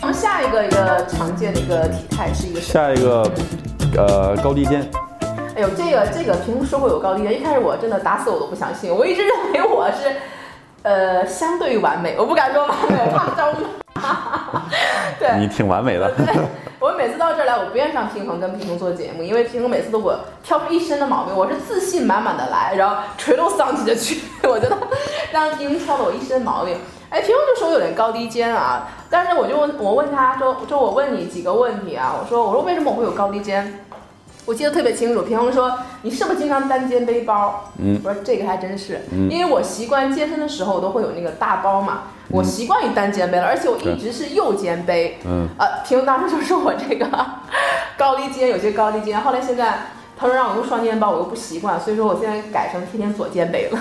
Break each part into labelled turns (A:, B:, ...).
A: 我们下一个一个常见的一个体态是一个什么？
B: 下一个，呃，高低肩，
A: 哎呦，这个这个评书说过有高低肩，一开始我真的打死我都不相信，我一直认为我是，呃，相对完美，我不敢说完美，我怕招骂。 对，
B: 你挺完 美的。
A: 我每次到这儿来，我不愿上平衡跟平衡做节目，因为平衡每次都给我挑出一身的毛病，我是自信满满的来，然后垂头丧气的去，我觉得让平衡挑了我一身毛病。哎，平衡就说有点高低肩啊，但是我就问我问他说，就我问你几个问题啊，我说我说为什么我会有高低肩？我记得特别清楚，平衡说你是不是经常单肩背包？
B: 嗯，
A: 我说这个还真是，因为我习惯健身的时候，我都会有那个大包嘛，我习惯于单肩背了，而且我一直是右肩背，
B: 嗯，
A: 呃，平当时就说我这个高低肩有些高低肩，后来现在他说让我用双肩包，我又不习惯，所以说我现在改成天天左肩背了，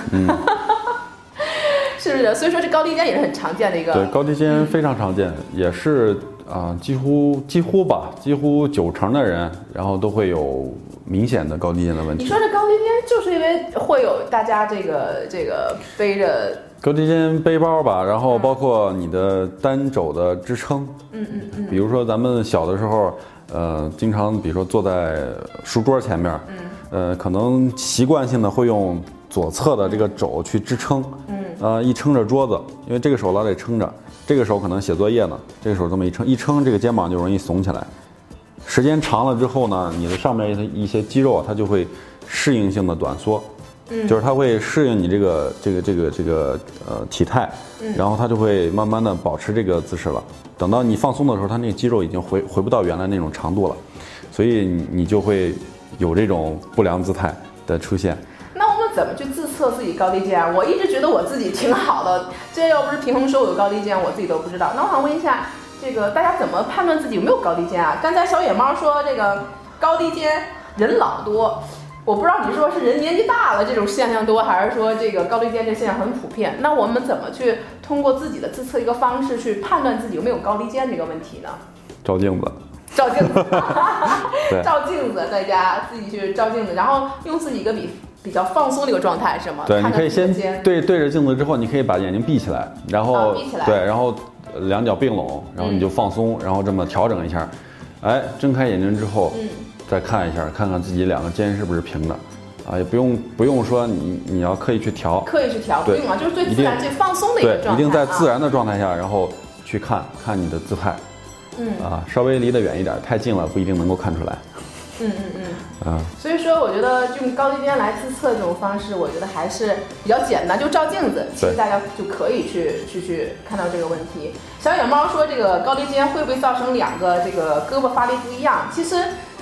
A: 是不是？所以说这高低肩也是很常见的一
B: 对，
A: 个，
B: 高低肩非常常见，也是啊、几乎几乎吧，几乎九成的人，然后都会有明显的高低肩的问
A: 你
B: 题。
A: 说这高低肩就是因为会有大家这个这个背着，
B: 高低肩背包吧，然后包括你的单肘的支撑，
A: 嗯嗯嗯，
B: 比如说咱们小的时候，呃，经常比如说坐在书桌前面，
A: 嗯
B: 呃，可能习惯性的会用左侧的这个肘去支撑，
A: 嗯，
B: 呃，一撑着桌子，因为这个手老得撑着，这个手可能写作业呢，这个手这么一撑，一撑这个肩膀就容易耸起来，时间长了之后呢，你的上面一一些肌肉啊它就会适应性的短缩，
A: 嗯
B: 就是它会适应你这个这个这个这个呃体态，然后它就会慢慢的保持这个姿势了。等到你放松的时候，它那个肌肉已经回回不到原来那种长度了，所以你你就会有这种不良姿态的出现。
A: 那我们怎么去自测自己高低肩啊？我一直觉得我自己挺好的，这要不是平衡说我有高低肩，我自己都不知道。那我想问一下，这个大家怎么判断自己有没有高低肩啊？刚才小野猫说这个高低肩人老多，我不知道你说是人年纪大了这种现象多，还是说这个高低肩这现象很普遍？那我们怎么去通过自己的自测一个方式去判断自己有没有高低肩这个问题呢？
B: 照镜子，
A: 照镜子，
B: 对
A: 照镜子，在家自己去照镜子，然后用自己一个比比较放松的一个状态，是吗？
B: 对，
A: 啊看
B: 你
A: 看
B: 可以
A: 自己的
B: 先
A: 肩
B: 对对着镜子之后，你可以把眼睛闭起来，然后、
A: 啊闭起来嗯
B: 对，然后呃两脚并拢，然后你就放松，然后这么调整一下。哎，睁开眼睛之后，
A: 嗯
B: 再看一下，看看自己两个肩是不是平的，啊，也不用不用说你你要刻意去调，
A: 刻意去调，不
B: 对
A: 用啊，就是最
B: 一
A: 自
B: 定
A: 然、最放松的一个
B: 对，
A: 状态、啊、
B: 一定在自。然的状态下，然后去看看你的姿态，
A: 嗯
B: 啊，稍微离得远一点，太近了不一定能够看出来，
A: 嗯嗯嗯。
B: 啊，
A: 所以说，我觉得用高低肩来自测这种方式，我觉得还是比较简单，就照镜子，其实
B: 对
A: 大家就可以去去去看到这个问题。小野猫说，这个高低肩会不会造成两个这个胳膊发力不一样？其实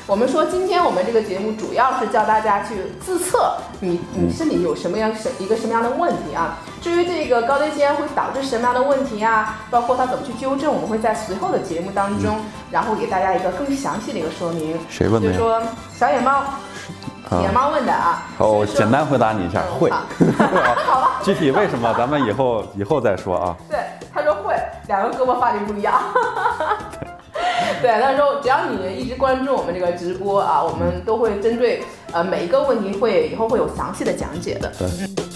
A: 我们说，今天我们这个节目主要是教大家去自测你你身体有什么样什一个什么样的问题啊。至于这个高低肩会导致什么样的问题啊，包括它怎么去纠正，我们会在随后的节目当中，然后给大家一个更详细的一个说明。
B: 谁
A: 所
B: 问的
A: 以
B: 呀？
A: 说，小野猫，野猫问的啊。
B: 好，哦
A: 所
B: 我
A: 以说
B: 简。单回答你一下，会
A: 好，
B: 好吧？ 具体为什么，咱们以后以后再说啊。
A: 对，他说会，两个胳膊发力不一样。 对，他说只要你一直关注我们这个直播啊，我们都会针对呃每一个问题会以后会有详细的讲解的。
B: 对
A: 嗯